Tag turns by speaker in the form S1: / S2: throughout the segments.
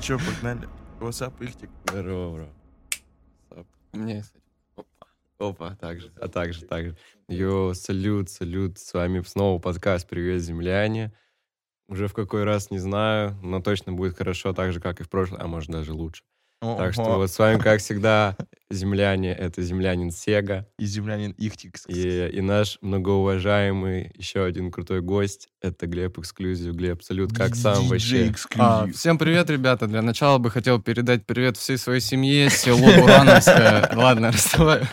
S1: Че, погнали? WhatsApp, Ильтик.
S2: Здорово, бро.
S3: У меня есть.
S2: Опа, так же, а так же, так же. Йо, салют, салют, с вами снова подкаст «Привет, земляне». Уже в какой раз, не знаю, но точно будет хорошо, так же, как и в прошлый, а может даже лучше. Так что вот с вами, как всегда, земляне, это землянин Сега
S1: И землянин Ихтик.
S2: и, и наш многоуважаемый еще один крутой гость, это Глеб Эксклюзив. Глеб, салют, как сам вообще?
S3: А, всем привет, ребята. Для начала бы хотел передать привет всей своей семье, село Урановское. Ладно, расставаю.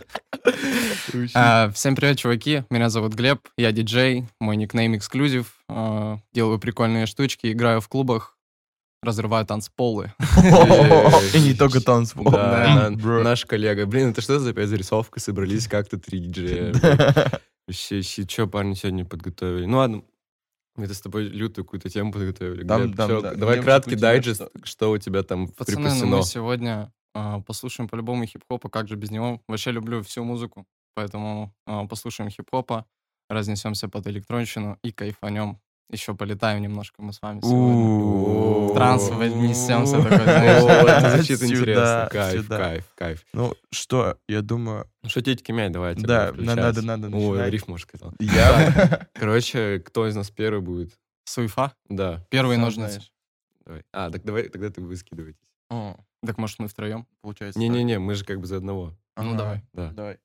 S1: Э,
S3: А, всем привет, чуваки. Меня зовут Глеб, я диджей, мой никнейм эксклюзив. А, делаю прикольные штучки, играю в клубах, разрываю танцполы.
S1: э, И не только танцпол.
S2: Да,
S1: М,
S2: на-
S1: бро.
S2: наш коллега. Блин, это что за опять зарисовка? Собрались как-то три диджея. Вообще, что парни сегодня подготовили? Ну ладно, мы-то с тобой лютую какую-то тему подготовили.
S1: Там-
S2: Глеб,
S1: там,
S2: всё,
S1: да,
S2: давай
S1: тем,
S2: краткий
S1: что у тебя
S2: дайджест,
S1: что?
S2: что? у тебя там
S3: Пацаны, ну
S2: припасено.
S3: мы сегодня а, послушаем по-любому хип-хопа, как же без него. Вообще люблю всю музыку, поэтому а, послушаем хип-хопа, разнесемся под электронщину и кайфанем. Еще полетаем немножко мы с вами сегодня.
S1: У-у-у.
S3: В транс вознесемся такой,
S2: О,
S3: знаешь.
S2: это звучит
S1: Сюда,
S2: интересно. Кайф,
S1: сюда.
S2: кайф, кайф.
S1: Ну что, я думаю...
S2: Ну что, тетя Кимяй, давайте.
S1: Да,
S2: будем
S1: на- надо,
S2: включать.
S1: надо
S2: Ой,
S1: начинать.
S2: рифм уже сказал.
S1: Я...
S2: Короче, кто из нас первый будет?
S3: Суйфа,
S2: Да.
S3: первые
S1: Сам
S3: ножницы.
S1: знаешь.
S2: Давай. А, так давай, тогда ты вы скидываетесь.
S3: О, Так может мы втроем?
S1: Получается.
S2: Не-не-не, мы же как бы за одного.
S1: так.
S3: ну
S1: Ага.
S3: давай.
S2: Да.
S1: Давай.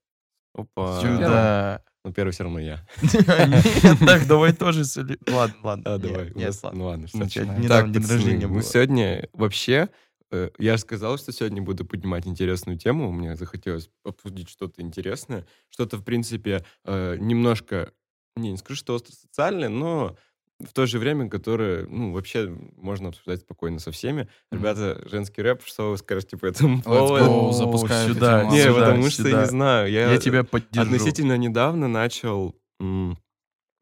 S2: Опа.
S1: Сюда.
S2: Ну, первый все равно я.
S1: Нет, так давай тоже... соли- Ладно, ладно.
S2: А,
S1: Нет,
S2: давай. у
S1: Нет,
S2: нас-
S1: ладно.
S2: Ну ладно,
S1: Мы
S2: что
S1: чё-
S3: начинаем.
S1: Недавно
S2: Так,
S1: день
S2: пацаны,
S1: рождения
S2: мы
S1: было.
S2: сегодня вообще... э, Я же сказал, что сегодня буду поднимать интересную тему. Мне захотелось обсудить что-то интересное. Что-то, в принципе, э, немножко... Не, не скажу, что остро-социальное, но в то же время, которое, ну, вообще можно обсуждать спокойно со всеми. Ребята, женский рэп, что вы скажете по этому поводу?
S3: go, запускай
S1: Сюда,
S3: эту тему.
S2: Не,
S1: сюда,
S2: потому что я
S1: сюда.
S2: не знаю.
S1: Я тебя поддержу.
S2: относительно недавно начал, м,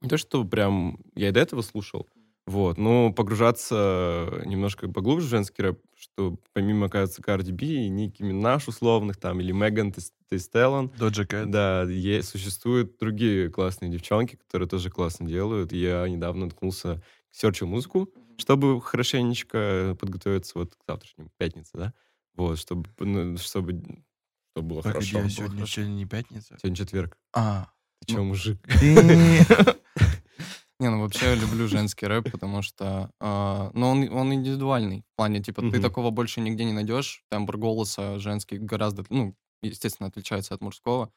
S2: не то что прям, я и до этого слушал, вот, но погружаться немножко поглубже в женский рэп, что помимо, кажется, Карди Би и Ники Минаж условных там, или Меган Тес- Тестеллан,
S1: Доджа Кэт.
S2: да, е- существуют другие классные девчонки, которые тоже классно делают. Я недавно наткнулся, серчил музыку, чтобы хорошенечко подготовиться вот к завтрашнему пятнице, да, вот, чтобы, ну, чтобы, чтобы было
S1: Погоди,
S2: хорошо.
S1: а
S2: было
S1: сегодня
S2: хорошо.
S1: сегодня не пятница?
S2: Сегодня четверг.
S1: А.
S2: Ты че, мужик?
S3: Не, ну вообще я люблю женский рэп, потому что... а, но он, он индивидуальный в плане, типа, ты
S2: Мгм.
S3: такого больше нигде не найдешь. Тембр голоса женский гораздо, ну, естественно, отличается от мужского.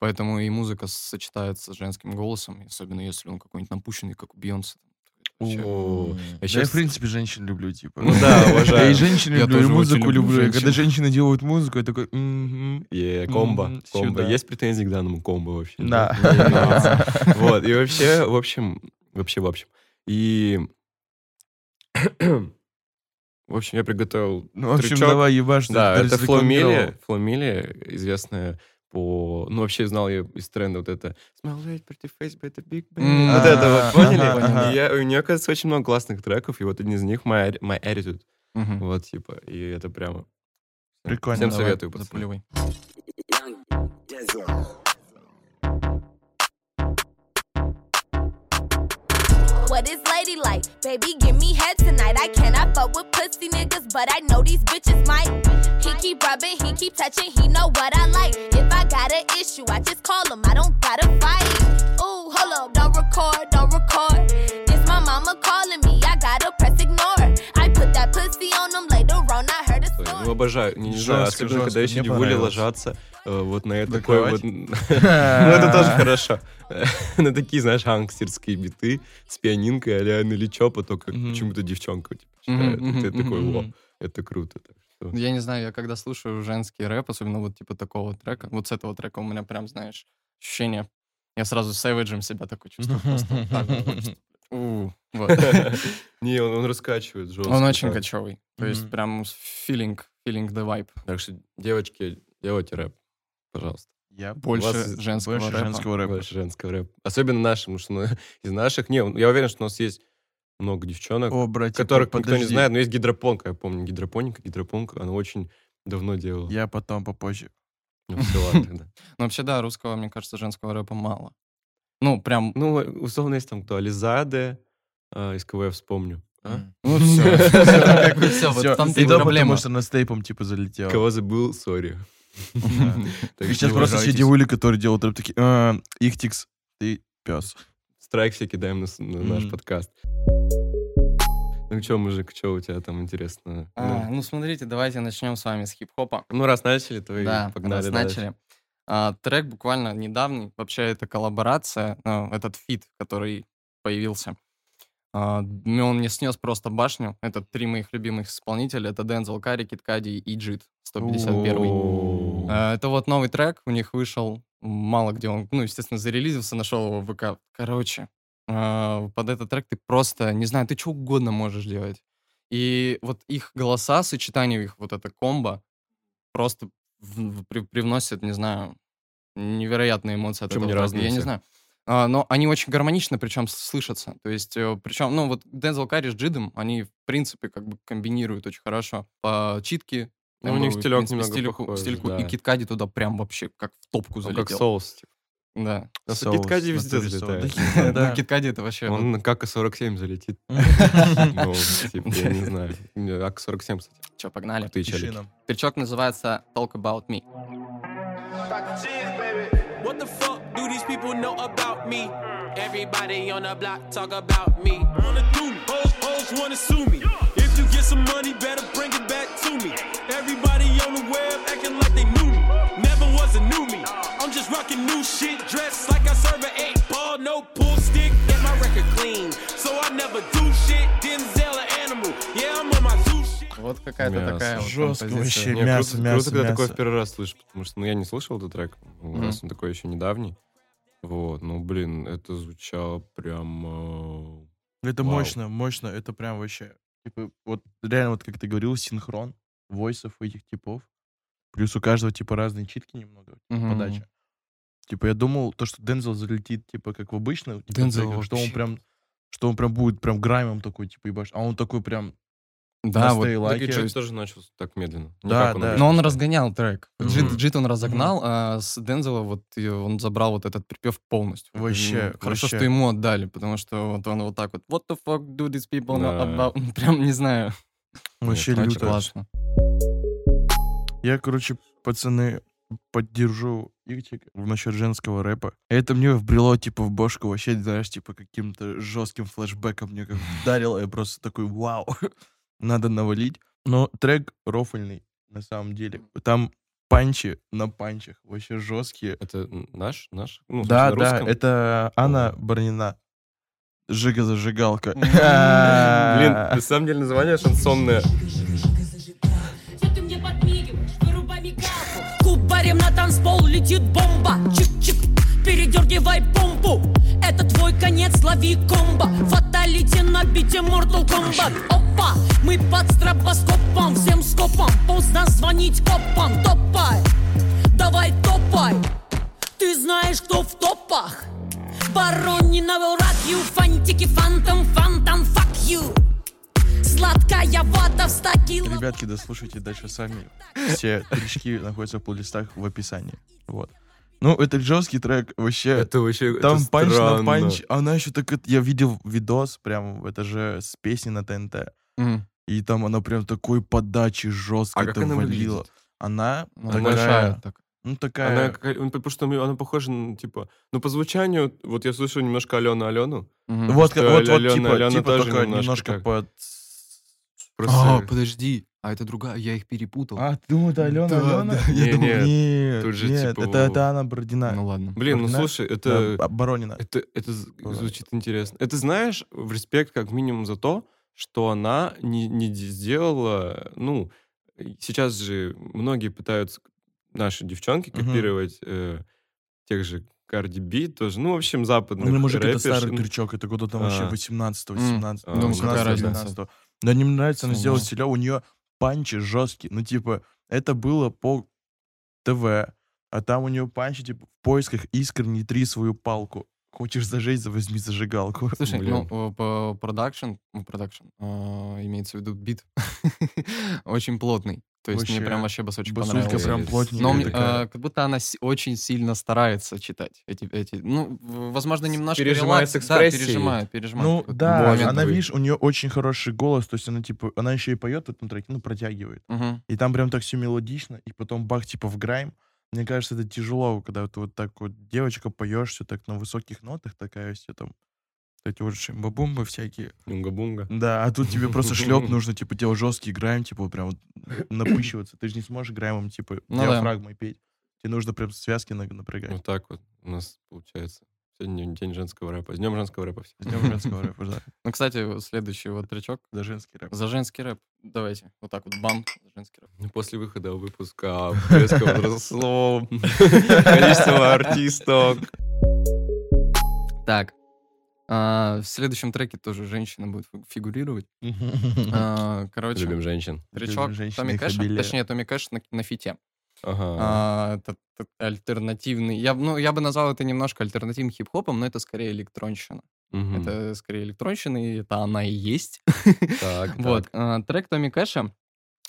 S3: Поэтому и музыка сочетается с женским голосом, и особенно если он какой-нибудь напущенный, как у Бейонсе. Вообще.
S2: О,
S1: Да
S2: щас-
S1: я, в принципе, женщин люблю, типа.
S2: Ну да, уважаю.
S1: Я и женщин
S3: Я
S1: люблю, и
S3: тоже очень
S1: музыку
S3: люблю
S1: люблю. И
S3: женщин.
S1: Когда женщины делают музыку, я такой... мгм.
S2: Е, комбо.
S1: Мгм,
S2: Комбо.
S1: сюда.
S2: Есть претензии к данному комбо вообще?
S1: Да.
S2: Мне не нравится. Вот, и вообще, в общем, вообще, в общем. И... В общем, я приготовил...
S1: Ну, в общем,
S2: трючок.
S1: давай ебашь.
S2: Да,
S1: ты
S2: это
S1: разрекламировал.
S2: Фломелия. Фломелия, известная по... Ну, вообще знал я из тренда вот это «Smell it, pretty face, better big bang».
S3: М,
S2: Вот это
S1: ага,
S2: вот, поняли?
S1: ага,
S2: И я- У нее, оказывается, очень много классных треков, и вот один из них «My My Attitude».
S3: Мгм.
S2: Вот, типа, и это прямо...
S1: Прикольно.
S2: Всем
S3: Давай,
S2: советую, пацаны.
S3: запуливай.
S4: What is lady like? Baby, give me head tonight. I cannot fuck with pussy niggas, but I know these bitches might. He keep rubbing, he keep touching, he know what I like. If I got an issue, I just call him, I don't gotta fight. Ooh, hold up, don't record, don't record. This my mama calling me, I gotta press ignore. I put that pussy on him later on, I heard a
S2: Ой,
S4: snore.
S2: Ну, обожаю. Не, не знаю,
S1: Жестко,
S2: особенно,
S1: жестко.
S2: когда еще
S1: Мне
S2: дивули
S1: понравилось.
S2: ложатся э, вот на это
S1: На
S2: такой
S1: кровать.
S2: вот... Ну, это тоже
S1: А.
S2: хорошо. На такие, знаешь, гангстерские биты с пианинкой, а-ля Неличопа, только
S1: Мгм.
S2: почему-то девчонка типа,
S3: Мгм,
S2: читает.
S3: мгм,
S2: И Ты такой,
S1: мгм.
S2: о, это круто. Так что-
S3: Ну, Я не знаю, я когда слушаю женский рэп, особенно вот типа такого трека, вот с этого трека у меня прям, знаешь, ощущение, я сразу сэвэджем себя такой чувствую. просто вот так вот хочется. У, вот.
S2: Не, он, он раскачивает жестко.
S3: Он очень
S2: так.
S3: кочевый. То есть
S1: Мгм.
S3: прям филинг, филинг the vibe.
S2: Так что, девочки, делайте рэп, пожалуйста.
S1: Я
S3: Больше
S2: вас
S3: женского
S1: больше
S3: рэпа.
S1: женского рэпа.
S2: Больше женского рэп. Особенно нашим, потому что ну, из наших... Не, я уверен, что у нас есть много девчонок,
S1: О, братик,
S2: которых Типа, никто
S1: подожди.
S2: не знает, но есть гидропонка, я помню, гидропоника, гидропонка, она очень давно делала.
S1: Я потом попозже.
S2: Ну, всё, ладно тогда.
S3: Но Ну, вообще, да, русского, мне кажется, женского рэпа мало. Ну, прям
S2: Ну, условно, есть там кто, Ализаде, э, из а, кого я вспомню. А?
S3: Ну все, как бы все,
S1: Всё,
S3: вот там
S1: и
S3: ты
S1: то, потому
S3: проблема.
S1: что она с тейпом типа залетела.
S2: Кого забыл, сори. Так
S1: И
S2: что
S1: сейчас просто все
S2: уважайтесь.
S1: девули, которые делают рэп, такие, «А, Ихтикс, ты пес.
S2: Страйк все кидаем на, с- на наш
S1: Мгм.
S2: подкаст. Ну что, мужик, что у тебя там интересно?
S3: А, Ну смотрите, давайте начнем с вами с хип-хопа.
S2: Ну, раз начали, то и
S3: да,
S2: погнали
S3: раз
S2: дальше.
S3: начали. А, трек буквально недавний. Вообще, это коллаборация, ну, этот фит, который появился. А, мне он мне снес просто башню. Это три моих любимых исполнителя. Это Дензел Карри, Кит Кади и Джит 151.
S2: О.
S3: А, это вот новый трек. У них вышел мало где он, ну, естественно, зарелизился, нашел его в ВК. Короче, а, под этот трек ты просто, не знаю, ты что угодно можешь делать. И вот их голоса, сочетание их, вот это комбо, просто в- в- при- привносит, не знаю, невероятные эмоции от
S2: Причем
S3: этого
S2: они
S3: трека.
S2: разные
S3: Я не
S2: все.
S3: знаю. А, но они очень гармонично, причем с- слышатся. То есть, э, причем, ну, вот Дензел Карри с Джидом, они, в принципе, как бы комбинируют очень хорошо по читке.
S2: Ну, у них
S3: тембру и, в
S2: стилек
S3: принципе,
S2: немного
S3: стильку-
S2: похож,
S3: стильку,
S2: да.
S3: И Киткади туда прям вообще как в топку
S2: Ну, как
S3: залетел.
S2: соус. типа.
S3: да.
S2: На
S1: Соус,
S2: Киткаде
S1: на
S2: везде
S1: соусе соус.
S2: залетает.
S1: Да,
S3: Ну, Киткади это вообще... вот-
S2: Он как АК-47 залетит. Ну, типа, я не знаю. Не, а АК-47, кстати.
S3: Че, погнали.
S2: Крутые челики.
S1: Тишина.
S3: Тречок называется Talk About Me.
S5: What the fuck do these people know about me? Everybody on the block talk about me.
S6: wanna do me. Hoes, hoes wanna sue me. If you get some money, better bring it back to me. Everybody on the web acting like they knew me. Never was a new me. I'm just rocking new shit, dressed like I serve an eight ball, no pull stick. Get my record clean, so I never do shit. Denzel an animal, yeah I'm on my zoo shit.
S3: Вот какая-то
S2: Мясо.
S3: такая вот
S1: Жестко
S3: композиция.
S1: вообще.
S2: Не,
S1: Э, Мясо,
S2: круто,
S1: мясо,
S2: круто, когда такое
S1: мясо.
S2: в первый раз слышу, потому что, ну, я не слышал этот трек, ну, раз он такой еще недавний. Вот, ну, блин, это звучало прям... э,
S1: Это
S2: Вау.
S1: мощно, мощно, это прям вообще. Типа, вот реально, вот как ты говорил, синхрон войсов у этих типов. Плюс у каждого типа разные читки немного,
S3: Мгм.
S1: подача. Типа я думал, то, что Дензел залетит, типа, как в обычных типа,
S3: Дензел
S1: треках, что он
S3: вообще
S1: прям что он прям будет прям граймом такой, типа, ебаш. А он такой прям...
S3: Да, вот.
S1: Stay Like
S2: И
S1: It.
S2: чё-то тоже начал так медленно. Не
S1: Да,
S2: как он
S1: да.
S2: обычно.
S3: Но он разгонял трек. Джит,
S1: Мгм.
S3: Джит он разогнал, а с Дензела вот и он забрал вот этот припев полностью.
S1: Вообще,
S3: М, Хорошо,
S1: вообще.
S3: что ему отдали, потому что вот он вот так вот What the fuck do these people know
S2: Да.
S3: about?» Прям не знаю.
S1: Вообще
S2: очень
S1: люто.
S3: Классно.
S1: Я, короче, пацаны, поддержу Игтик насчет женского рэпа. Это мне вбрело, типа, в бошку вообще, знаешь, типа, каким-то жестким флешбеком мне как ударило. Я просто такой, вау, надо навалить. Но трек рофльный, на самом деле. Там панчи на панчах, вообще жесткие.
S2: Это н- наш? Наш? Ну,
S1: Да,
S2: собственно,
S1: да,
S2: русском.
S1: это Анна Барнина. Жига-зажигалка.
S2: Блин, на самом деле название шансонное.
S7: Что ты мне подмигиваешь? Вырубай мигалку. Кубарем на танцпол летит бомба. Чик-чик, передергивай помпу. Это твой конец, лови комбо. Фаталити на бите Mortal Kombat. Опа, мы под стробоскопом, всем скопом. Поздно звонить копам. Топай, давай топай. Ты знаешь, кто в топах. Воронина will rock you. Фантики, фантом, фантом, fuck you. Сладкая вата в 100 кило-
S1: Ребятки, дослушайте дальше сами. Все тречки находятся в плейлистах в описании. Вот. Ну, это жесткий трек вообще.
S2: Это вообще
S1: Там
S2: это
S1: панч
S2: странно.
S1: на панч. Она еще так... это- Я видел видос прям, это же с песни на ТНТ.
S3: Мгм.
S1: И там она прям такой подачи жестко
S2: А как
S1: это
S2: она
S1: валила.
S2: выглядит?
S1: Она
S3: Она
S1: такая-
S3: большая так.
S1: Ну, такая...
S2: Она, какая- ну, потому что она похожа на, типа, ну, по звучанию, вот я слышал немножко Алену Алену.
S3: Мгм.
S1: Вот, как,
S2: Потому
S1: вот,
S2: что
S1: вот,
S2: Алена-
S1: типа,
S2: Алена
S1: типа
S2: тоже
S1: только
S2: немножко
S1: немножко
S2: так.
S1: под...
S3: А,
S2: Просто
S3: подожди, а это другая, я их перепутал.
S1: А, ты думал, это Алена,
S3: Да,
S1: Алена?
S3: да.
S1: Я
S2: Не,
S1: думал,
S2: Ну, нет.
S1: нет,
S2: Тут же,
S1: нет,
S2: типа,
S1: это, это Анна Бородина.
S3: Ну ладно.
S2: Блин, ну
S1: Бородина?
S2: слушай,
S1: Да,
S2: это...
S1: Б- Боронина.
S2: Это, это з-
S1: Ладно.
S2: звучит интересно. Это знаешь, в респект как минимум за то, что она не, не д- сделала... Ну, сейчас же многие пытаются, наши девчонки,
S1: Мгм.
S2: копировать э, тех же Cardi B тоже. Ну, в общем, западных
S1: Ну, мужик, это
S2: рэперш.
S1: старый
S2: Ну,
S1: трючок, это года там вообще
S2: А.
S1: 18
S3: М.
S1: 18
S2: А,
S1: ну,
S2: ну,
S1: 18
S2: какая
S1: 19 Да, не нравится, она
S3: Всё
S1: сделала
S3: равно.
S1: стиля, у нее панчи жесткие. Ну, типа, это было по ТВ, а там у нее панчи, типа, в поисках искр не три свою палку. Хочешь зажечь, возьми зажигалку.
S3: Слушай,
S2: Блин.
S3: ну, э, по продакшн, ну, продакшн, э, имеется в виду бит, очень плотный. То есть мне
S1: Вообще,
S3: прям вообще басочек
S1: Басулька
S3: понравился.
S1: прям плотненькая
S3: Но мне,
S1: такая.
S3: э, как будто она с- очень сильно старается читать эти, эти ну, в- возможно, немножко
S2: Пережимает
S3: релакс-
S2: с
S3: да,
S2: экспрессией.
S3: пережимает, пережимает.
S1: Ну
S3: какой-то
S1: да,
S3: момент.
S1: она,
S2: вы-
S1: видишь, у нее очень хороший голос, то есть она типа, она еще и поет в этом треке, ну протягивает.
S3: Мгм.
S1: И там прям так все мелодично, и потом бах типа в грайм. Мне кажется, это тяжело, когда ты вот так вот девочка поешь все так на высоких нотах, такая все там, вот эти вот шимбабумбы всякие.
S2: Бунга-бунга.
S1: Да, а тут тебе просто шлеп нужно, типа, тебе жесткий грайм, типа, вот прям вот напыщиваться. Ты же не сможешь граймом, типа,
S3: Ну да.
S1: диафрагмой петь. Тебе нужно прям связки на- напрягать.
S2: Вот так вот у нас получается. Сегодня день женского рэпа. С днем женского рэпа всех.
S1: С днем женского рэпа, да.
S3: Ну, кстати, следующий вот тречок.
S1: За женский рэп.
S3: За женский рэп. Давайте, вот так вот, бам, за женский рэп.
S2: Ну, После выхода выпуска резко возросло количество артисток.
S3: Так, а, в следующем треке тоже женщина будет фи- фигурировать. А, Короче,
S2: Любим женщин.
S3: Тречок
S1: женщин
S3: Томми
S1: их
S3: Кэша,
S1: обелее.
S3: точнее, Томми Кэш на, на фите.
S2: Ага.
S3: А, это, т- альтернативный. Я, б- ну, я бы назвал это немножко альтернативным хип-хопом, но это скорее электронщина.
S2: Мгм.
S3: Это скорее электронщина, и это она и есть.
S2: Так, так.
S3: Вот. а, трек Томми Кэша.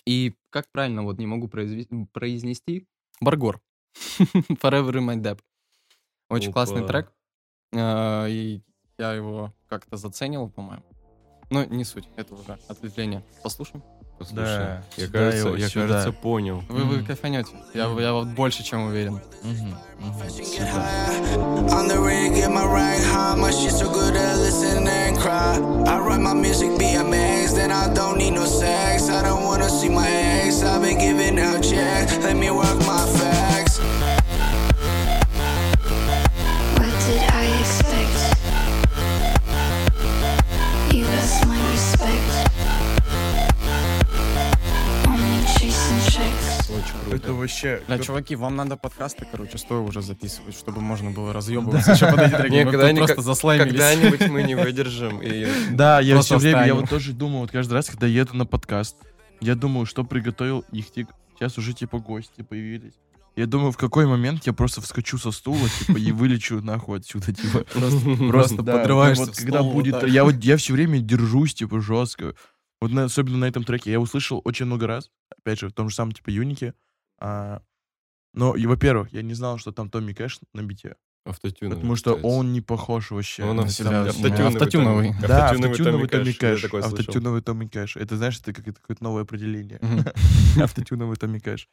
S3: И как правильно, вот не могу произве- произнести. Баргор. Forever in my Deb. Очень классный
S2: Опа.
S3: трек. А, и я его как-то заценил, по-моему. Но не суть, это уже ответвление. Послушаем.
S2: Послушай,
S1: Да,
S2: я,
S1: сюда
S2: кажется,
S1: его,
S2: я
S1: сюда.
S2: кажется, понял.
S3: Вы, вы кайфанете. Я, я вот больше чем уверен.
S8: On the rig, get my rank high. My shit so good I listen and cry. I write my music, be amazed, and I don't need no sex. I don't wanna see my ex. I've been giving out checks. Let me work my facts.
S9: What did I expect? You lost my respect. Only chasing checks.
S1: Это вообще...
S3: Бля, чуваки, вам надо подкасты, короче, стоя уже записывать, чтобы можно было разъебываться еще под эти треки. Мы
S2: Никогда
S3: тут
S2: не-
S3: просто заслаймились.
S2: Когда-нибудь мы не выдержим. И
S1: Да, я
S3: Просто
S1: все время, я
S3: встанем.
S1: вот тоже думал, вот каждый раз, когда еду на подкаст, я думаю, что приготовил Ихтик. Сейчас уже, типа, гости появились. Я думаю, в какой момент я просто вскочу со стула, типа, и вылечу нахуй отсюда, типа.
S3: Просто
S1: Да, ну
S3: подрываешься
S1: Вот
S3: в
S1: когда
S3: стол, вот
S1: будет...
S3: так.
S1: Я вот, я все время держусь, типа, жестко. Вот на- особенно на этом треке. Я услышал очень много раз. Опять же, в том же самом, типа, Юнике. А, Но, и, во-первых, я не знал, что там Томми Кэш на бите.
S2: Автотюн.
S1: Потому что он не похож вообще.
S2: Он
S1: на
S2: на
S1: себя
S2: себя
S1: на
S3: очень-
S1: себя.
S2: автотюновый.
S3: Автотюновый.
S2: Томми-
S1: Да,
S2: Томми
S1: автотюновый Томми
S2: Я
S1: Кэш.
S2: такое слышал.
S1: Автотюновый Томми Кэш. Это, знаешь, это как- какое-то новое определение.
S3: Мгм.
S1: Автотюновый Томми Кэш.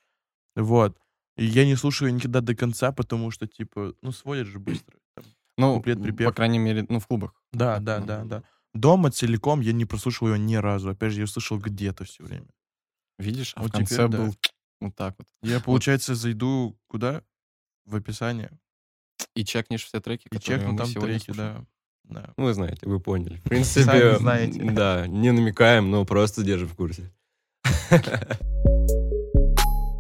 S1: Вот. И я не слушаю никогда до конца, потому что, типа, ну, сводят же быстро. Там.
S3: Ну,
S1: Куплет, припев.
S3: по крайней мере, ну, в клубах.
S1: Да, да,
S3: Ну,
S1: да, да. Дома целиком я не прослушал его ни разу. Опять же, я услышал где-то все время.
S3: Видишь, а в
S1: Вот
S3: конце
S1: теперь да.
S3: был вот так вот.
S1: Я, получается, зайду куда? В описание.
S3: И чекнешь все треки,
S1: И
S3: которые
S1: чекну
S3: мы
S1: там
S3: сегодня
S1: треки,
S3: слушаем.
S1: да. Да.
S2: Ну, Вы знаете, вы поняли. В
S1: Сами
S2: принципе,
S1: знаете.
S2: да, не намекаем, но просто держим в курсе.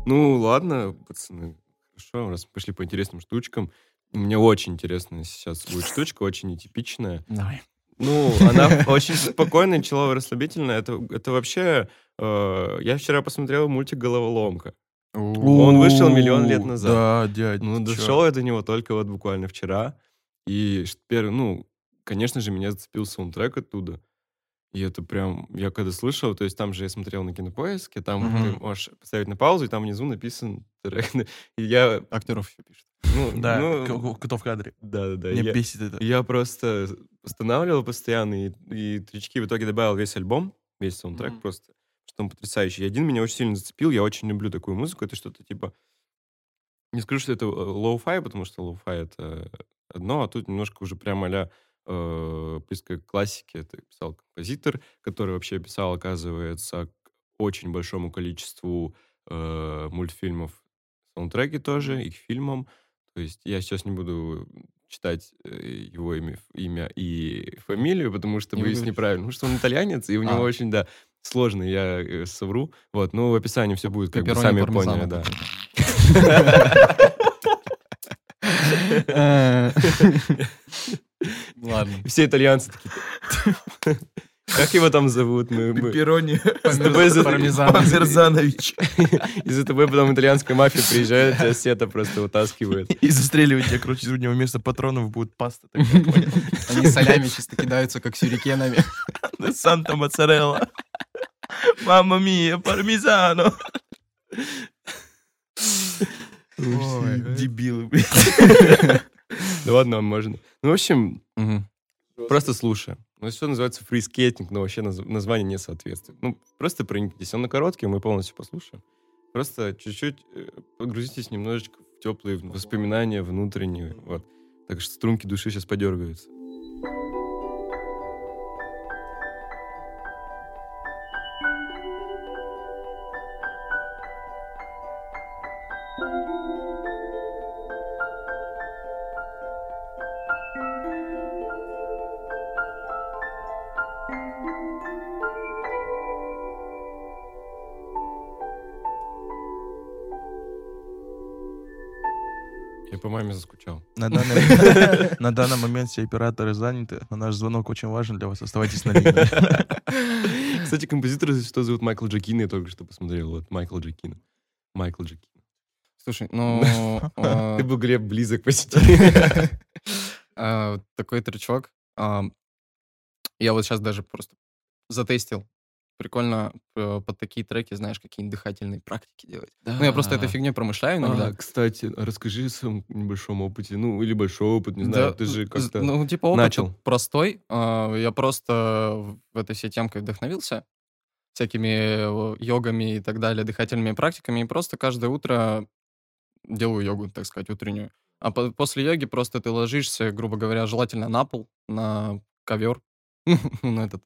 S2: Ну, ладно, пацаны. Хорошо, раз мы пошли по интересным штучкам. У меня очень интересная сейчас будет штучка, очень нетипичная.
S3: Давай.
S2: Ну, она очень спокойная, человек расслабительная. Это, это вообще... э, я вчера посмотрел мультик «Головоломка». Он вышел миллион лет назад.
S1: Да, дядь.
S2: Ну,
S1: ты чё?
S2: дошел я до него только вот буквально вчера. И ш- первый, ну, конечно же, меня зацепил саундтрек оттуда. И это прям, я когда слышал, то есть там же я смотрел на кинопоиске, там
S3: Мгм.
S2: ты можешь поставить на паузу, и там внизу написан трек. И я,
S3: Актеров еще пишет.
S2: ну,
S1: Да,
S2: ну,
S1: к- к- кто в кадре.
S2: да, да, да.
S1: Меня
S2: я-
S1: бесит это.
S2: я просто останавливал постоянно, и, и тречки в итоге добавил весь альбом, весь саундтрек
S3: Мгм.
S2: просто, что он потрясающий. И один меня очень сильно зацепил, я очень люблю такую музыку, это что-то типа... Не скажу, что это э, лоу-фай, потому что лоу-фай это одно, а тут немножко уже прям а-ля э, близко к классике. Это писал композитор, который вообще писал, оказывается, к очень большому количеству э, мультфильмов саундтреки тоже, и к фильмам. То есть я сейчас не буду читать э, его имя, имя и фамилию, потому что
S3: Не
S2: боюсь
S3: выговоришь.
S2: неправильно. Потому что он итальянец, и у него
S3: А.
S2: очень, да, сложно, я э, совру. Вот, ну, в описании все будет, как бы
S3: Пепперони
S2: сами
S3: пармезану.
S2: поняли, да.
S3: Ладно.
S2: Все итальянцы такие. Как его там зовут? Мы- мы-
S1: Пепперони
S3: Пармезан.
S1: Пармезанович.
S2: Из-за тобой потом итальянская мафия приезжает, тебя сета просто вытаскивает.
S1: И застреливать тебя, короче, у него вместо патронов будет паста. такая, понял?
S3: Они солями чисто кидаются, как сюрикенами.
S1: Санта моцарелла. Мама мия, пармезано. Ой, Дебилы, блин.
S2: Да ладно, вам можно. Ну, в общем, просто слушай. Ну, все называется фрискейтинг, но вообще наз- название не соответствует. Ну, просто проникнитесь. Он на короткий, мы полностью послушаем. Просто чуть-чуть э, погрузитесь немножечко в теплые воспоминания внутренние. Вот. Так что струнки души сейчас подергаются. Я по маме заскучал.
S1: На данный, на данный момент все операторы заняты, но наш звонок очень важен для вас. Оставайтесь на линии.
S2: Кстати, композитор, если что, зовут Майкл Джакина. Я только что посмотрел. Вот, Майкл Джакина. Майкл Джакина.
S3: Слушай, ну... э,
S2: Ты был, Глеб, близок почти.
S3: а, вот такой трючок. Ам, Я вот сейчас даже просто затестил. Прикольно э, под такие треки, знаешь, какие-нибудь дыхательные практики делать. Ну, я просто этой фигней промышляю
S2: Да,
S3: иногда.
S2: А, кстати, расскажи о своем небольшом опыте. Ну, или большой опыт, не
S3: Да,
S2: знаю. Ты же
S3: з-
S2: как-то...
S3: Ну, типа опыт
S2: начал.
S3: тут простой. А, Я просто в этой всей темкой вдохновился всякими э, йогами и так далее, дыхательными практиками. И просто каждое утро делаю йогу, так сказать, утреннюю. А по- после йоги просто ты ложишься, грубо говоря, желательно на пол, на ковер, на этот,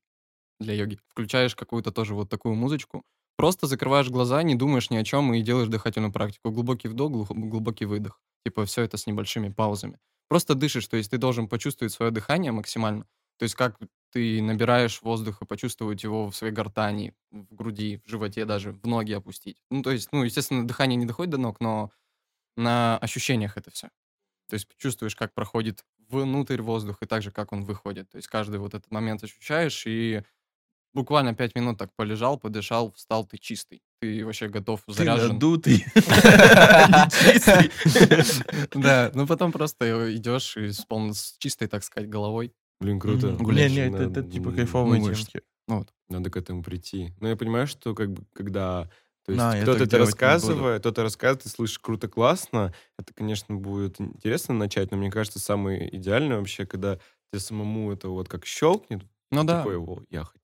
S3: для йоги. Включаешь какую-то тоже вот такую музычку. Просто закрываешь глаза, не думаешь ни о чем и делаешь дыхательную практику. Глубокий вдох, глухо- глубокий выдох. Типа все это с небольшими паузами просто дышишь, то есть ты должен почувствовать свое дыхание максимально, то есть как ты набираешь воздух и почувствовать его в своей гортани, в груди, в животе даже, в ноги опустить. Ну, то есть, ну, естественно, дыхание не доходит до ног, но на ощущениях это все. То есть чувствуешь, как проходит внутрь воздух и также, как он выходит. То есть каждый вот этот момент ощущаешь и буквально пять минут так полежал, подышал, встал, ты чистый. Ты вообще готов, заряжен.
S1: надутый.
S3: Да, ну потом просто идешь и с полно- с чистой, так сказать, головой.
S2: Блин, круто.
S3: Мгм.
S1: Не,
S2: Гулять
S1: не,
S2: же
S1: это
S2: надо.
S1: это, типа
S2: М,
S1: кайфовые
S3: думаешь,
S1: темки.
S2: Надо к этому прийти. Но я понимаю, что как бы, когда... То есть
S1: Да, я
S2: кто-то
S1: так делать
S2: это
S1: не буду.
S2: рассказывает, кто-то рассказывает, ты слышишь круто, классно. Это, конечно, будет интересно начать, но мне кажется, самое идеальное вообще, когда тебе самому это вот как щелкнет,
S3: Ну да.
S2: такой, «О, я хочу.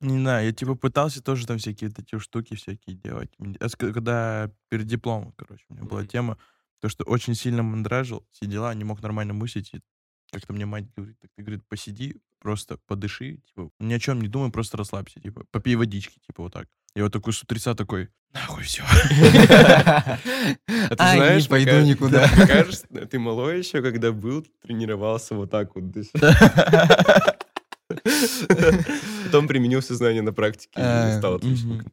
S1: Не знаю, я типа пытался тоже там всякие вот эти штуки всякие делать. М, а с- Когда перед дипломом, короче, у меня была
S2: Мгм.
S1: тема, то, что очень сильно мандражил, все дела, не мог нормально мыслить. И как-то мне мать говорит, так ты, говорит, посиди, просто подыши, типа, ни о чем не думай, просто расслабься, типа, попей водички, типа, вот так. Я вот такой с утреца такой, нахуй все.
S2: А ты
S3: Ай, не
S2: знаешь, мне
S3: пойду
S2: кажется-
S3: никуда.
S2: мне кажется, ты малой еще, когда был, тренировался вот так вот. дышать. Потом применил все знания на практике. и
S3: Э,
S2: Стал отличником.
S1: мгм.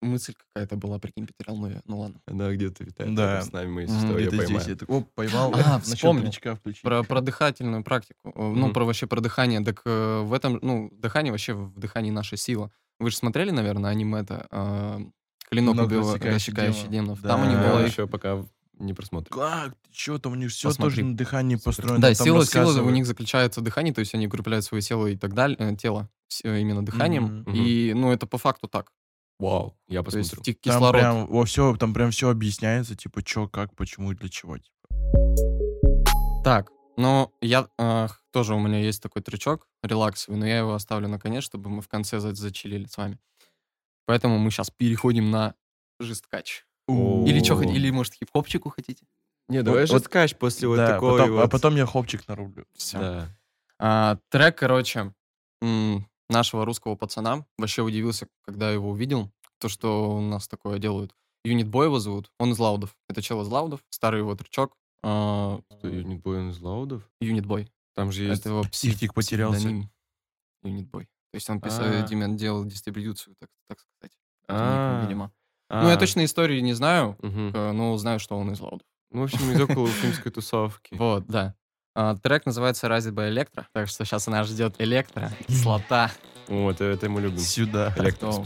S3: Мысль какая-то была, прикинь, потерял, ну, я- ну ладно.
S2: Она где-то витает
S1: Да.
S2: рядом с нами, если
S3: М,
S2: что, я
S1: Где-то
S2: поймаю.
S1: здесь я такой, оп, поймал,
S3: А,
S1: насчет
S3: вспомнил.
S1: новичка включить.
S3: Про, про дыхательную практику, э, ну,
S2: Мгм.
S3: про вообще про дыхание. Так э, в этом, ну, дыхание вообще в дыхании наша сила. Вы же смотрели, наверное, аниме-то э, «Клинок
S1: Много
S3: убил
S1: рассекающих
S3: рассекающий
S1: демонов».
S3: демонов». Там у
S1: Да.
S3: них
S2: А,
S3: было
S1: Да.
S3: их-
S2: еще пока не просмотрел.
S1: Как? Что там у них все
S3: Посмотри.
S1: тоже на дыхании построено.
S3: Да,
S1: там
S3: сила, сила у
S1: рассказывают.
S3: них заключается в дыхании, то есть они укрепляют свое тело и так далее, э, тело с- э, именно дыханием.
S2: Мгм.
S3: И, ну, это по факту так.
S2: Вау, я
S3: То есть
S2: посмотрю.
S3: ки-
S1: Там
S3: кислород.
S1: прям, во, все, там прям все объясняется, типа, что, как, почему и для чего. типа.
S3: Так, ну, я э, х- тоже у меня есть такой трючок релаксовый, но я его оставлю на конец, чтобы мы в конце за- зачилили с вами. Поэтому мы сейчас переходим на жесткач.
S2: О.
S3: Или что, или может хип-хопчику хотите?
S2: Не,
S1: давай
S2: давай
S1: же
S2: же скач после вот
S1: Да,
S2: такой
S1: потом-
S2: вот.
S1: А потом я хопчик нарублю.
S3: Все.
S2: Да.
S3: А, трек, короче, м, нашего русского пацана. Вообще удивился, когда его увидел. То, что у нас такое делают. Юнит Бой его зовут. Он из Лаудов. Это чел из Лаудов. Старый его трючок. а,
S2: Что, Юнит Бой он из Лаудов?
S3: Юнит Бой.
S2: Там же есть...
S3: Это его пси-
S1: Психик потерялся.
S3: псевдоним. Юнит Бой. То есть он
S2: А.
S3: писал, Димен делал дистрибьюцию, так, так сказать. под ником,
S2: А,
S3: видимо.
S2: а.
S3: Ну, я точно истории не знаю,
S2: Мгм.
S3: э, но знаю, что он из Лаудов.
S2: Ну, в общем, из около уфимской тусовки.
S3: Вот, да. А, Трек называется «Rise by Electro», так что сейчас нас ждет электро, кислота.
S2: Вот, это мы любим.
S1: Сюда.
S2: Электро.
S3: Кто?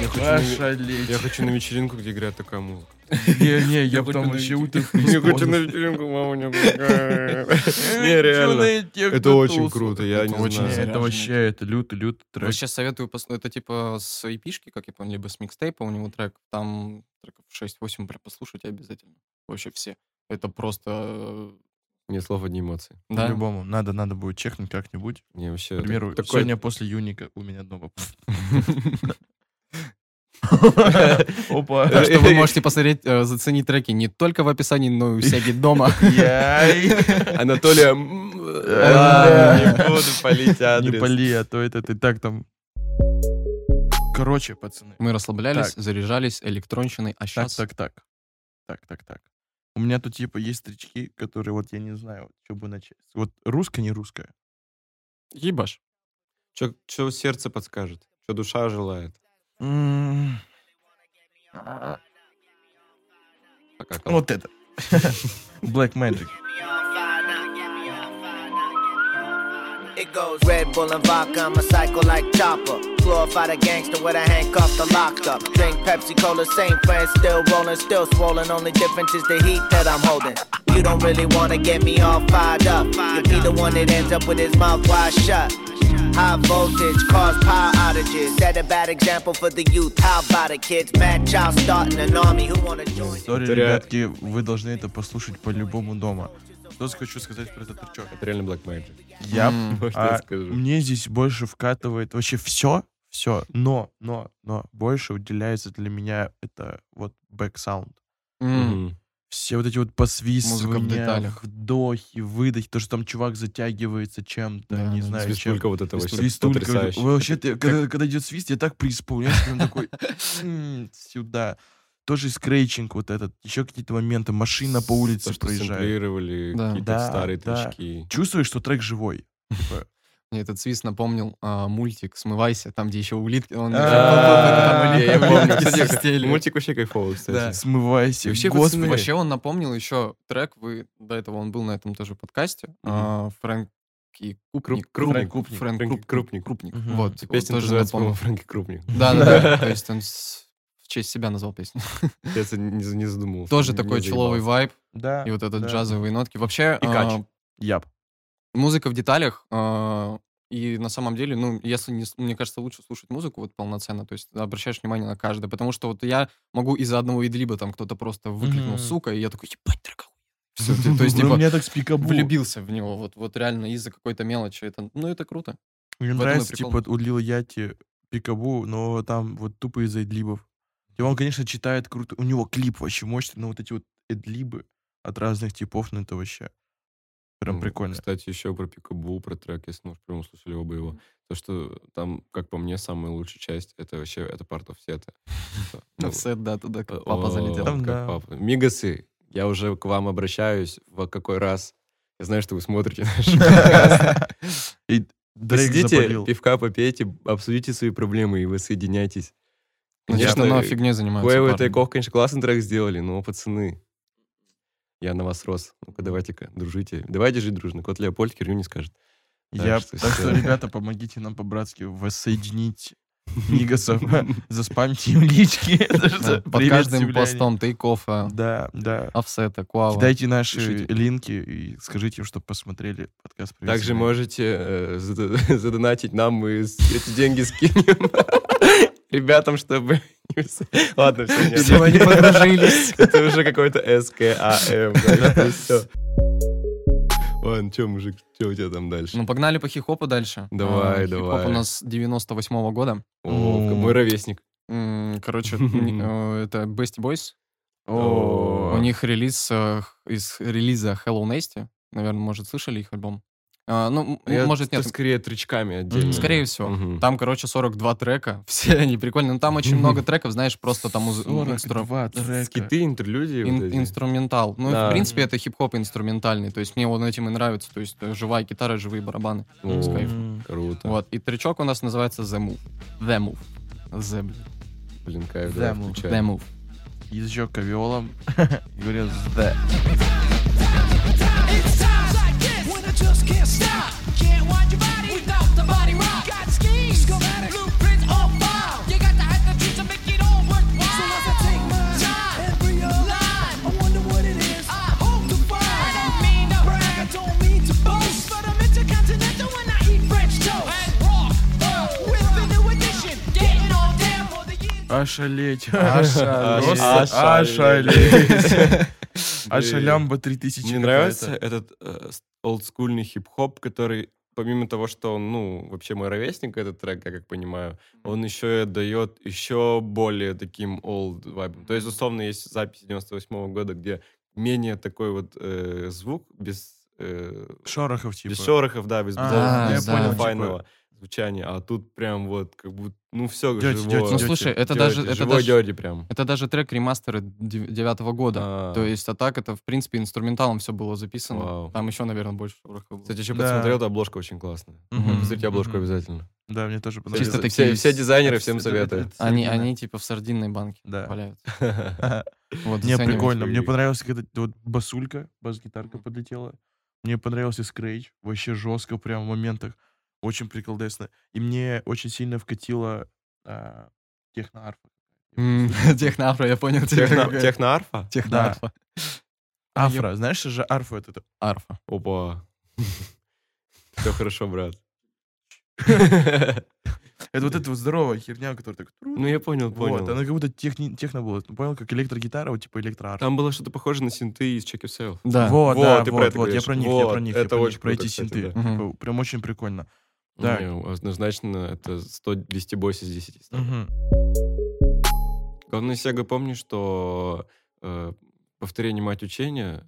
S2: Я хочу, на... ве-
S1: Ошалеть.
S2: я хочу на вечеринку, где играет такая музыка.
S1: Не, не, я бы там вообще утро
S2: Я хочу на вечеринку, мама не Не, реально. Это очень круто, я не
S3: очень
S2: знаю.
S1: Это
S3: Заряженный.
S1: вообще, это лютый, лютый
S3: Вот
S1: трек.
S3: сейчас советую, пос- это типа с эпишки, как я понял, либо с микстейпа у него трек, там треков 6-8 прям послушайте обязательно, вообще все. Это просто...
S2: Ни слов, одни эмоции.
S3: э, Да?
S1: По-любому, надо, надо будет чекнуть как-нибудь.
S2: Не, вообще...
S1: К
S2: так-
S1: примеру,
S2: такой-
S1: сегодня после юника у меня дома.
S3: Так
S1: Опа.
S3: что вы можете посмотреть, э, заценить треки не только в описании, но и у Сяги дома.
S2: Анатолия... м,
S1: Да.
S2: Не буду палить
S1: Не
S2: адрес.
S1: пали, а то это ты так там... Короче, пацаны.
S3: Мы расслаблялись,
S1: Так.
S3: заряжались электронщиной, а
S1: Так,
S3: сейчас...
S1: так, так. Так, так, так. У меня тут типа есть стрички, которые вот я не знаю, что бы начать. Вот русская, не русская.
S3: Ебаш.
S2: Чё- Чё сердце подскажет? Что душа желает? Пока. Кол.
S1: Ну, Вот это. Black Magic.
S10: It goes Red Bull and vodka, I'm a psycho like Chopper. Glorified a gangster with a handcuff to locked up. Drink Pepsi Cola, same friends, still rolling, still swollen. Only difference is the heat that I'm holding. You don't really wanna get me all fired up. You'll be the one that ends up with his mouth wide shut. High voltage cause power outages. Set a bad example for the youth. How about it, kids? Bad child starting an army. Who wanna join? it?
S1: Сори,
S2: Это реа-
S1: ребятки, вы должны это послушать по-любому дома. Что хочу сказать про этот тречок?
S2: Это реально Black Magic.
S1: Я,
S2: Можно
S1: а,
S2: я скажу?
S1: мне здесь больше вкатывает вообще все, все, но, но, но больше уделяется для меня это вот бэк-саунд.
S2: Мгм.
S1: Все вот эти вот
S3: Музыка в
S1: посвистывания,
S3: деталях.
S1: вдохи, выдохи, то, что там чувак затягивается чем-то,
S3: Да,
S1: не
S3: да,
S1: знаю, чем.
S2: Свистулька вот это вообще
S1: Свистулька.
S2: потрясающе.
S1: Вообще, ты- когда, когда идет свист, я так преисполняюсь, прям такой «М, сюда. Тоже скрейчинг вот этот, еще какие-то моменты, машина по улице
S2: То, что
S1: проезжает.
S2: сэмплировали,
S3: Да.
S2: какие-то
S1: Да,
S2: старые
S1: да.
S2: тречки.
S1: Чувствуешь, что трек живой.
S3: Мне этот свист напомнил а, мультик «Смывайся», там, где еще улитки. Он
S1: А,
S3: там
S2: Я
S3: улитки
S2: помню,
S3: свистели.
S2: кстати, мультик вообще кайфовый, кстати.
S1: Смывайся.
S3: И Вообще,
S1: Господи.
S3: пацаны, вообще он напомнил еще трек, вы до этого он был на этом тоже подкасте, а, Фрэнк и Крупник.
S2: Круп-
S3: Фрэнк
S2: Крупник.
S3: Фрэнк
S2: Фрэнк
S3: Круп-
S2: Крупник.
S3: Крупник.
S1: Мгм.
S3: Вот. он
S2: Типа Песня
S3: тоже
S2: называется,
S3: напомнил.
S2: по-моему, Фрэнки Крупник.
S3: Да, да, да. То есть он с- в честь себя назвал песню.
S2: Я это не не задумывался.
S3: Тоже
S2: не-
S3: такой
S2: не
S3: человый
S2: заебался.
S3: вайб
S1: Да.
S3: и вот этот
S1: да.
S3: джазовые нотки. Вообще,
S2: И кач.
S3: а,
S1: Яп.
S3: музыка в деталях, а, и на самом деле, ну, если не, с- мне кажется, лучше слушать музыку вот полноценно, то есть обращаешь внимание на каждое, потому что вот я могу из-за одного идлиба там кто-то просто выкликнул
S1: Мгм.
S3: сука, и я такой, ебать, трек Все, то есть,
S1: Ну,
S3: типа,
S1: у меня так с пикабу.
S3: влюбился в него, вот, вот реально из-за какой-то мелочи. Это, ну, это круто.
S1: Мне
S3: В этом и
S1: нравится,
S3: прикол.
S1: типа, у Лила Яти пикабу, но там вот тупо из-за эдлибов. И он, конечно, читает круто. У него клип вообще мощный, но вот эти вот эдлибы от разных типов, ну это вообще прям
S2: Ну,
S1: прикольно.
S2: Кстати, еще про Пикабу, про трек, если мы уж прям услышали оба его. То, что там, как по мне, самая лучшая часть, это вообще, это партов все это. Ну
S3: В сет, да, туда как папа
S2: О,
S3: залетел.
S1: Там,
S2: э, как
S1: да.
S2: папа. Мигасы, я уже к вам обращаюсь. В какой раз? Я знаю, что вы смотрите наши подкасты.
S1: И Дрейк
S2: Посидите,
S1: запалил.
S2: пивка попейте, обсудите свои проблемы и вы соединяйтесь.
S3: Конечно,
S2: Конечно,
S3: но фигней занимаются.
S2: Коевый
S3: парни.
S2: Тайков, конечно, классный трек сделали, но, пацаны, я на вас рос. Ну-ка, давайте-ка, дружите. Давайте жить дружно. Кот Леопольд Кирю не скажет. Так
S1: Я,
S2: что
S1: так что,
S2: всё.
S1: ребята, помогите нам по-братски воссоединить Мигасов, заспамьте им лички. Это что,
S3: Да, Под
S1: привет,
S3: каждым
S1: земляне.
S3: постом Тайкова,
S1: Да, да.
S3: офсета, куала.
S1: Кидайте наши
S2: пишите.
S1: линки и скажите им, чтобы посмотрели подкаст. «Привет,
S2: Также
S1: земляне».
S2: можете э, зада- задонатить нам, мы с- эти деньги скинем ребятам, чтобы... не с- Ладно, все,
S3: Всё, они подружились.
S2: Это уже какой-то СКАМ. да, это Ну, всё. Ладно, что, мужик, что у тебя там дальше?
S3: Ну, погнали по хип-хопу дальше.
S2: Давай,
S3: А, Хип-хоп
S2: давай.
S3: у нас 98 года.
S2: О, мой ровесник.
S3: М, Короче, м, э, это Bestie Boys.
S2: О.
S3: У них релиз э, х- из релиза Hello Nasty. Наверное, может, слышали их альбом? А, ну, м-
S2: Я
S3: может,
S2: это
S3: нет.
S2: скорее тречками отдельно.
S3: Скорее всего.
S2: Мгм.
S3: Там, короче, 42 трека. Все они прикольные. Но там очень много треков, знаешь, просто там муз- м, инстру-
S1: 42 трека.
S2: Скиты, интерлюдии.
S3: А ин-
S2: вот эти.
S3: инструментал. Ну,
S2: Да.
S3: в принципе, это хип-хоп инструментальный. То есть мне он этим и нравится. То есть э, живая гитара, живые барабаны.
S2: О,
S3: С кайфом.
S1: М,
S2: Круто.
S3: Вот. И тречок у нас называется The Move. The Move. The, блин,
S2: Блин, кайф,
S1: Да,
S2: да,
S1: мол.
S2: включай.
S3: the Move.
S1: Язычок ковиолом. Говорят, да.
S7: It's times like this when I just can't stop. Can't wind your body without the body rock. Got schemes, schematic, blueprints on file. You got to have the beat to make it all worthwhile. So once I take mine time and realign, I wonder what it is. I hope to find. I don't mean to brag, I don't mean to boast, but I'm intercontinental when I eat French toast and rock with the new edition. Getting all down for the years.
S1: Ошалеть.
S2: Ошалеть.
S1: Просто Ошалеть. Ошалямба 3000.
S2: Мне нравится этот э, с- олдскульный хип-хоп, который, помимо того, что он, ну, вообще мой ровесник, этот трек, я как понимаю, он еще и дает еще более таким old вайбом. То есть, условно, есть запись 98 года, где менее такой вот э, звук без... э,
S1: Шорохов, типа.
S2: Без шорохов, да, без
S1: А,
S3: ну я
S2: без
S3: понял,
S1: типа-
S2: файного звучания. А тут прям вот как будто, ну, все
S1: Дёти,
S2: живое.
S1: дёти,
S3: Ну,
S1: дёти.
S3: слушай, это
S2: Дёти,
S3: даже... Это
S2: живой
S3: даже...
S2: дёти прям.
S3: Это даже трек ремастера дев- девятого года.
S2: А.
S3: То есть, ну, а так это, в принципе, инструменталом все было записано.
S2: Вау.
S3: Там еще, наверное, больше шорохов было.
S2: Кстати, еще
S1: Да.
S2: посмотрел, эта обложка очень классная. Ну,
S1: Мгм.
S2: Посмотрите обложку
S1: Мгм.
S2: обязательно.
S1: Да, мне тоже
S2: Все-
S1: понравилось.
S3: Чисто
S2: все,
S3: такие
S2: все
S3: с-
S2: дизайнеры, всем
S1: Это-
S2: советую.
S1: это- это
S3: Они,
S1: середина.
S3: они типа в сардинной банке
S1: Да.
S3: валяются. Вот,
S1: Не,
S3: заценивайте.
S1: прикольно. Мне
S2: выглядит.
S1: понравилась когда вот басулька, бас-гитарка подлетела. Мне понравился скрейч. Вообще жестко прям в моментах. Очень приколдесно. И мне очень сильно вкатила а, техноарфа.
S3: М, Техноафро, я понял тебя.
S2: Техно- Техноарфа?
S3: Техноарфа.
S1: Афра. Знаешь же, арфа это... то-
S3: А, Арфа.
S2: Опа. Все хорошо, брат.
S1: Это вот эта вот здоровая херня, которая так...
S2: Ну, я понял,
S1: Вот, она
S2: понял.
S1: как будто техни- техно была. Ну, понял, как электрогитара, вот типа электроарфа.
S2: Там было что-то похоже на синты из Check Yourself.
S3: Да.
S1: Вот,
S2: Вот,
S1: да,
S2: ты про
S1: вот,
S2: это
S1: вот, я
S2: говоришь.
S1: про них, я
S2: Вот,
S1: про них,
S2: это
S1: я про,
S2: очень
S1: них, про
S2: круто,
S1: эти
S2: кстати,
S1: синты.
S2: да.
S3: Мгм.
S1: Типа, Прям очень прикольно. Так.
S2: Не, Однозначно, это 100 200 из 10.
S1: Мгм.
S2: Главное, Сега, помни, что э, повторение мать учения,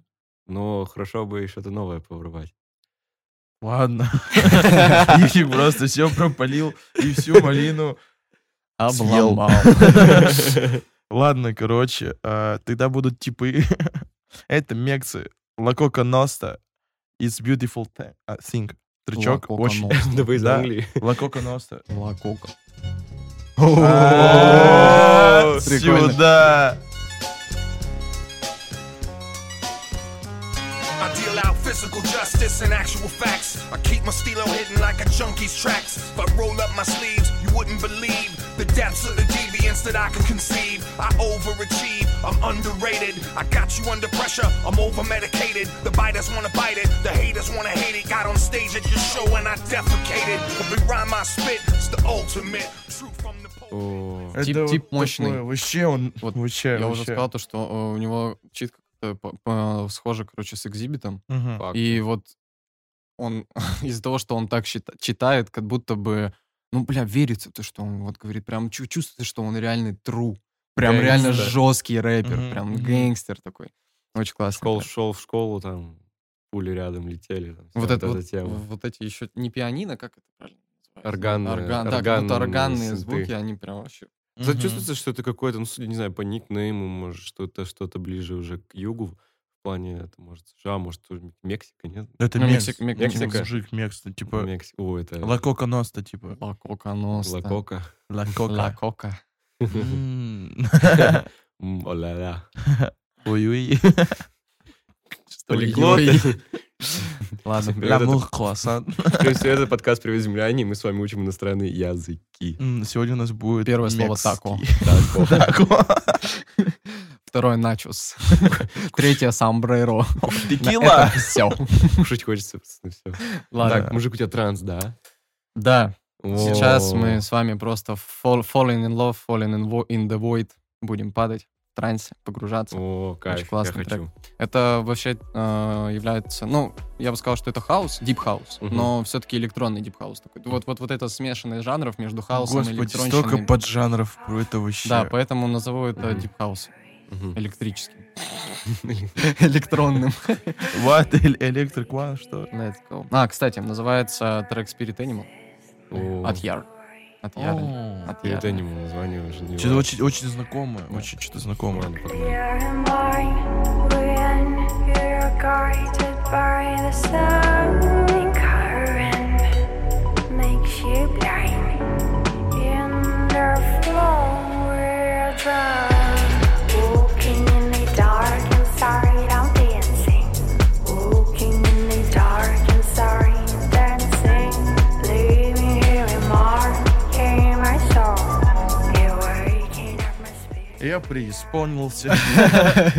S2: но хорошо бы и что-то новое поврывать.
S1: Ладно. Ихи просто все пропалил и всю малину.
S3: Обломал.
S1: Ладно, короче, а, тогда будут типы. Это мексы. Лакока Носта. It's beautiful thi- а, thing. Трючок
S3: Ла Кока
S1: очень...
S3: Носта.
S2: Да вы из
S1: Да.
S2: Англии.
S1: Лакока Носта.
S3: Лакока.
S1: А,
S3: Прикольно.
S1: Сюда!
S6: I deal out physical justice and actual facts. I keep my stilo hidden like a junkie's tracks. If I roll up my sleeves, you wouldn't believe the depths of the deviance that I can conceive. I overachieve, I'm underrated. I got you under pressure, I'm over medicated. The biters wanna bite it, the haters wanna hate it. Got on stage at your show and I defecated. Every rhyme I spit, it's the ultimate. True from the pulpit.
S2: О,
S1: Это
S3: Тип-
S1: вот
S3: тип
S1: такое,
S3: мощный.
S1: Вообще он...
S3: Вот
S1: вообще,
S3: Я уже
S1: вообще.
S3: сказал то, что э, у него чит как-то по- по- схоже, короче, с экзибитом.
S1: Мгм.
S2: фак.
S3: И вот он из-за того, что он так щит- читает, как будто бы, ну, бля, верится то, что он вот говорит, прям чу- чувствуется, что он реально true. Прям реально
S2: Гэнгстер.
S3: жесткий рэпер,
S1: Мгм,
S3: прям
S1: мгм.
S3: гэнгстер такой. Очень классно.
S2: Школ, шел в школу, там пули рядом летели. там, вся
S3: Э. Вот это вот,
S2: тема.
S3: вот эти еще не пианино, как это правильно называется?
S2: Органные-
S3: Орган, да, как будто
S2: органные
S3: органные
S2: синты.
S3: звуки, они прям вообще.
S2: Кстати,
S1: Мгм.
S2: чувствуется, что это какой-то, ну, судя, не знаю, по никнейму, может, что-то что-то ближе уже к югу, в плане, это, может, США, может, тоже Мексика, нет?
S1: Это
S3: Ну,
S1: мекс.
S3: Мексик- Мек-
S2: Мексика.
S1: Мужик мекс. ну, Типа
S2: Мексика. О, это
S1: Лакока Носта, типа.
S3: Лакока носта.
S2: Лакока.
S1: Лакока.
S3: Лакока.
S1: М.
S2: М, О-ля-ля.
S1: Ой-ой.
S2: Полиглоты.
S1: Ладно,
S2: Привет, это-
S1: Ламур Круассан.
S2: То есть это подкаст «Привет, земляне», и мы с вами учим иностранные языки.
S1: М, Сегодня у нас будет
S3: Первое слово тако.
S1: мексский. Тако.
S3: Второе начос. Третье самбреро.
S1: Текила.
S3: Все.
S2: Кушать хочется, пацаны, все.
S3: Ладно.
S2: Так, мужик, у тебя транс, да?
S3: Да,
S2: О.
S3: сейчас мы с вами просто fall- falling in love, falling in, vo- in the void. Будем падать в трансе, погружаться.
S2: О,
S3: Очень
S2: кайф, я
S3: классный
S2: хочу.
S3: Это вообще э, является, ну, я бы сказал, что это хаос, дип хаус,
S2: Мгм.
S3: но все-таки электронный дип хаус такой. Вот, вот, вот это смешанные жанров между хаосом и
S1: Господи,
S3: электронщиной.
S1: столько поджанров. Это вообще...
S3: Да, поэтому назову это
S2: Мгм.
S3: дип хаус. электрическим. Электронным.
S1: What? Эль- Electric One, что?
S3: Let's go. А, кстати, называется трек Spirit Animal от Яр. От Яр.
S1: О.
S3: От
S2: Перед
S3: Яр.
S2: аниме название уже не
S1: Что-то
S2: важно.
S1: очень, очень знакомое. Очень что-то знакомое.
S2: Ладно, погнали.
S1: Я преисполнился.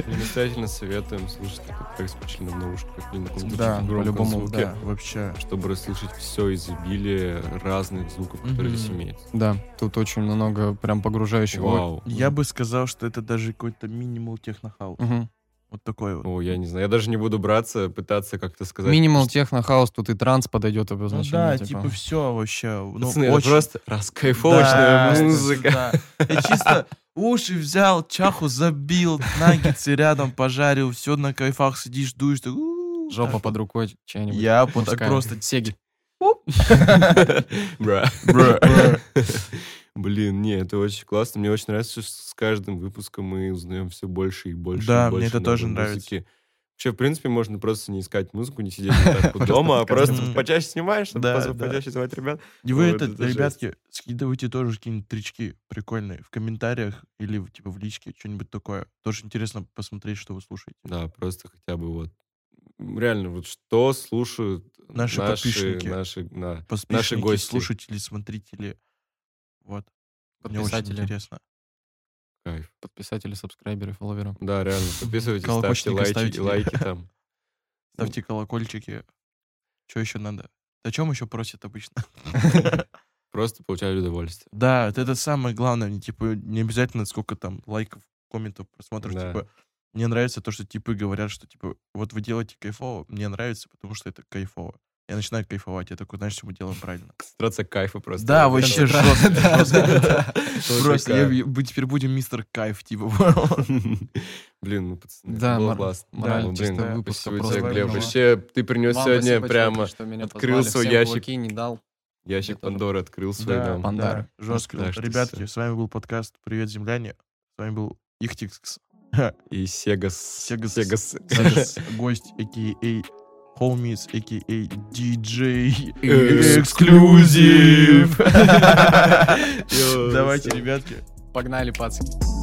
S2: И Настоятельно советуем слушать этот трек с печальным наушником или на каком-то
S1: Да,
S2: очень громком
S1: по-любому,
S2: звуке,
S1: да, вообще.
S2: чтобы расслышать все изобилие разных звуков, которые
S1: Мгм.
S2: здесь имеются.
S3: Да, тут очень много прям погружающего.
S2: Вау.
S1: Я бы сказал, что это даже какой-то минимал технохаус.
S3: Мгм.
S1: Вот такой вот.
S2: О, Ну, я не знаю, я даже не буду браться, пытаться как-то сказать.
S3: Минимал техно-хаус, тут и транс подойдет
S1: Ну
S3: обозначение.
S1: да, типа все вообще. Ну,
S2: Пацаны, это
S1: очень-
S2: просто раскайфовочная
S1: Да,
S2: музыка.
S1: да. Я чисто уши взял, чаху забил, наггетсы рядом пожарил, все на кайфах сидишь, дуешь. так, «У-у-у».
S3: Жопа под рукой чья-нибудь.
S1: Я вот так
S3: мужская.
S1: просто
S3: Сеги.
S2: Бра. Блин, не, это очень классно. Мне очень нравится, что с каждым выпуском мы узнаем все больше и больше. и
S1: Да, мне
S2: больше
S1: это
S2: новой
S1: тоже нравится.
S2: музыки. Вообще, в принципе, можно просто не искать музыку, не сидеть вот так вот дома, а просто
S1: Мгм.
S2: почаще снимаешь, чтобы
S1: Да,
S2: позв-
S1: да.
S2: почаще звать ребят.
S1: И вы
S2: Вот
S1: это,
S2: это жесть.
S1: ребятки, скидывайте тоже какие-нибудь трички прикольные в комментариях или в- типа в личке, что-нибудь такое. Тоже интересно посмотреть, что вы слушаете.
S2: Да, просто хотя бы вот м, реально вот что слушают
S1: Наши подписчики.
S2: наши, да.
S1: Подписчики,
S2: гости.
S1: слушатели, смотрители. Вот. Мне очень
S3: Подписатели.
S1: интересно.
S2: Кайф.
S3: Подписатели, сабскрайберы, фолловеры.
S2: Да, реально, подписывайтесь, ставьте
S1: Колокольчики
S2: лайки,
S1: ставите.
S2: лайки там.
S1: Ставьте колокольчики. Что еще надо? О чем еще просят обычно?
S2: Просто получали удовольствие.
S1: Да, это, это самое главное. Не, типа, не обязательно сколько там лайков, комментов, просмотров.
S2: Да.
S1: Типа, мне нравится то, что типы говорят, что типа, вот вы делаете кайфово, мне нравится, потому что это кайфово. Я начинаю кайфовать, я такой, значит, мы делаем правильно.
S2: Концентрация кайфа просто.
S1: Да,
S2: Вот
S1: вообще
S2: это вот.
S1: жестко. просто.
S2: Вот
S1: Просто я-
S2: такая.
S1: я- мы теперь будем мистер кайф, типа.
S2: Блин, ну, пацаны,
S3: Да,
S2: это было
S3: мораль-
S2: классно.
S3: мораль
S2: Ну, блин,
S3: чистого
S1: да,
S3: выпуска
S2: спасибо
S3: просто
S2: тебе, Глеб.
S3: выиграла.
S2: Вообще, ты принес
S3: Вам
S2: сегодня
S3: спасибо,
S2: прямо
S3: чуваки, что меня
S2: открыл
S3: позвали,
S2: свой
S3: всем
S2: ящик.
S3: кулаки не дал.
S2: ящик
S3: Я тоже.
S2: Пандоры открыл свой.
S1: Да,
S2: нам.
S3: Пандары.
S1: да, Жестко.
S2: Да, что
S1: Ребятки,
S2: всё.
S1: с вами был подкаст «Привет, земляне». С вами был Ихтикс.
S2: И Сегас. Сегас.
S1: Сейчас гость, а.к.а. Homies, а а.к.а. DJ.
S2: Эксклюзив.
S1: Давайте, ребятки.
S3: Погнали, пацаны.